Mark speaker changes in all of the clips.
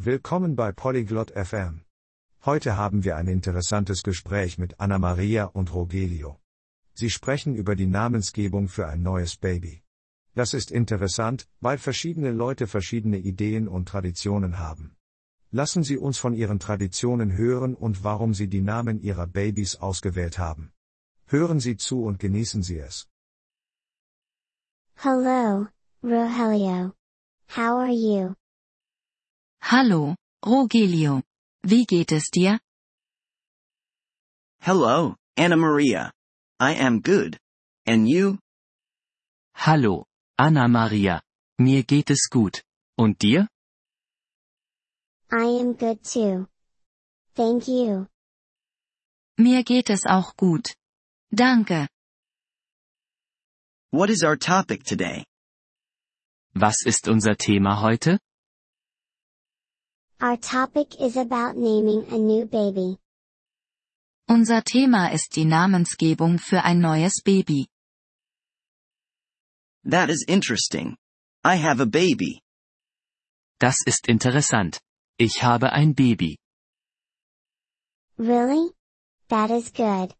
Speaker 1: Willkommen bei Polyglot FM. Heute haben wir ein interessantes Gespräch mit Anna-Maria und Rogelio. Sie sprechen über die Namensgebung für ein neues Baby. Das ist interessant, weil verschiedene Leute verschiedene Ideen und Traditionen haben. Lassen Sie uns von Ihren Traditionen hören und warum Sie die Namen Ihrer Babys ausgewählt haben. Hören Sie zu und genießen Sie es.
Speaker 2: Hello, Rogelio. How are you?
Speaker 3: Hallo, Rogelio. Wie geht es dir?
Speaker 4: Hello, Anna Maria. I am good. And you?
Speaker 5: Hallo, Anna Maria. Mir geht es gut. Und dir?
Speaker 2: I am good too. Thank you.
Speaker 3: Mir geht es auch gut. Danke.
Speaker 4: What is our topic today?
Speaker 5: Was ist unser Thema heute?
Speaker 2: Our topic is about naming a new baby.
Speaker 3: Unser Thema ist die Namensgebung für ein neues Baby.
Speaker 4: That is interesting. I have a baby.
Speaker 5: Das ist interessant. Ich habe ein Baby.
Speaker 2: Really? That is good.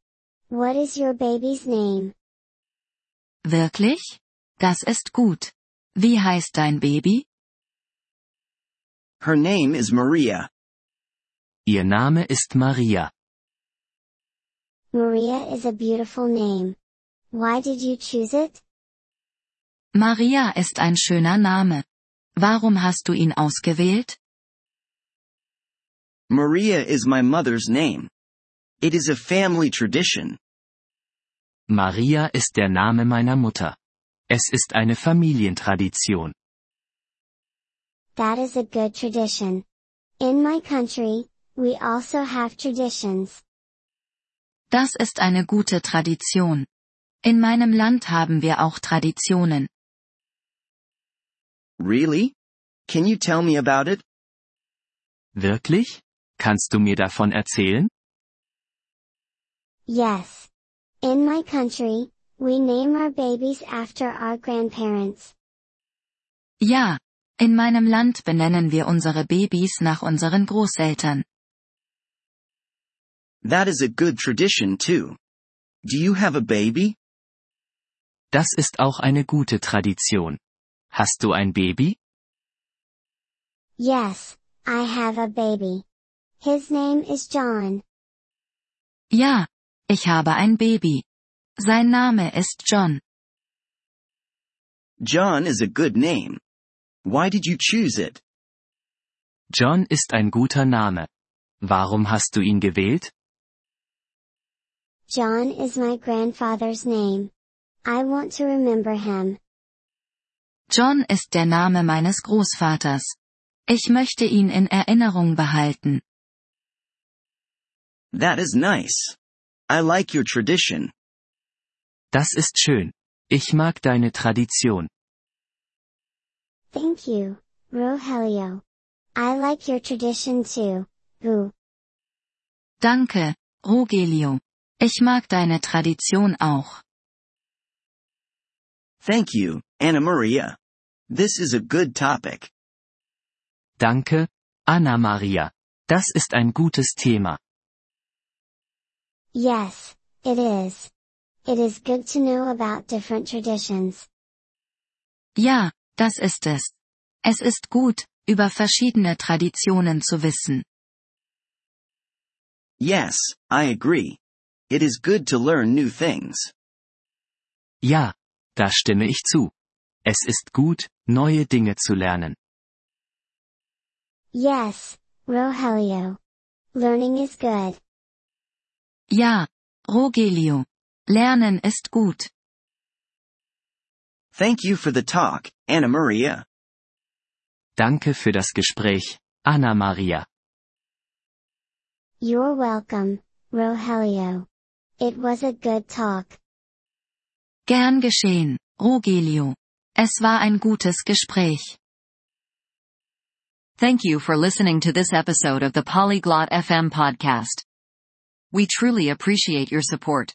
Speaker 2: What is your baby's name?
Speaker 3: Wirklich? Das ist gut. Wie heißt dein Baby?
Speaker 4: Her name is Maria.
Speaker 5: Ihr Name ist Maria.
Speaker 2: Maria is a beautiful name. Why did you choose it?
Speaker 3: Maria ist ein schöner Name. Warum hast du ihn ausgewählt?
Speaker 4: Maria is my mother's name. It is a family tradition.
Speaker 5: Maria ist der Name meiner Mutter. Es ist eine Familientradition.
Speaker 2: That is a good tradition. In my country, we also have traditions.
Speaker 3: Das ist eine gute Tradition. In meinem Land haben wir auch Traditionen.
Speaker 4: Really? Can you tell me about it?
Speaker 5: Wirklich? Kannst du mir davon erzählen?
Speaker 2: Yes. In my country, we name our babies after our grandparents.
Speaker 3: Ja. In meinem Land benennen wir unsere Babys nach unseren Großeltern.
Speaker 4: That is a good tradition too. Do you have a baby?
Speaker 5: Das ist auch eine gute Tradition. Hast du ein Baby?
Speaker 2: Yes, I have a baby. His name is John.
Speaker 3: Ja. Ich habe ein Baby. Sein Name ist John.
Speaker 4: John is a good name. Why did you choose it?
Speaker 5: John ist ein guter Name. Warum hast du ihn gewählt?
Speaker 2: John is my grandfather's name. I want to remember him.
Speaker 3: John ist der Name meines Großvaters. Ich möchte ihn in Erinnerung behalten.
Speaker 4: That is nice. I like your tradition.
Speaker 5: Das ist schön. Ich mag deine Tradition.
Speaker 2: Thank you, Rogelio. I like your tradition too. Who?
Speaker 3: Danke, Rogelio. Ich mag deine Tradition auch.
Speaker 4: Thank you, Anna Maria. This is a good topic.
Speaker 5: Danke, Anna Maria. Das ist ein gutes Thema.
Speaker 2: Yes, it is. It is good to know about different traditions.
Speaker 3: Ja, das ist es. Es ist gut, über verschiedene Traditionen zu wissen.
Speaker 4: Yes, I agree. It is good to learn new things.
Speaker 5: Ja, da stimme ich zu. Es ist gut, neue Dinge zu lernen.
Speaker 2: Yes, Rogelio. Learning is good.
Speaker 3: Ja, Rogelio. Lernen ist gut.
Speaker 4: Thank you for the talk, Anna Maria.
Speaker 5: Danke für das Gespräch, Anna Maria.
Speaker 2: You're welcome, Rogelio. It was a good talk.
Speaker 3: Gern geschehen, Rogelio. Es war ein gutes Gespräch.
Speaker 6: Thank you for listening to this episode of the Polyglot FM podcast. We truly appreciate your support.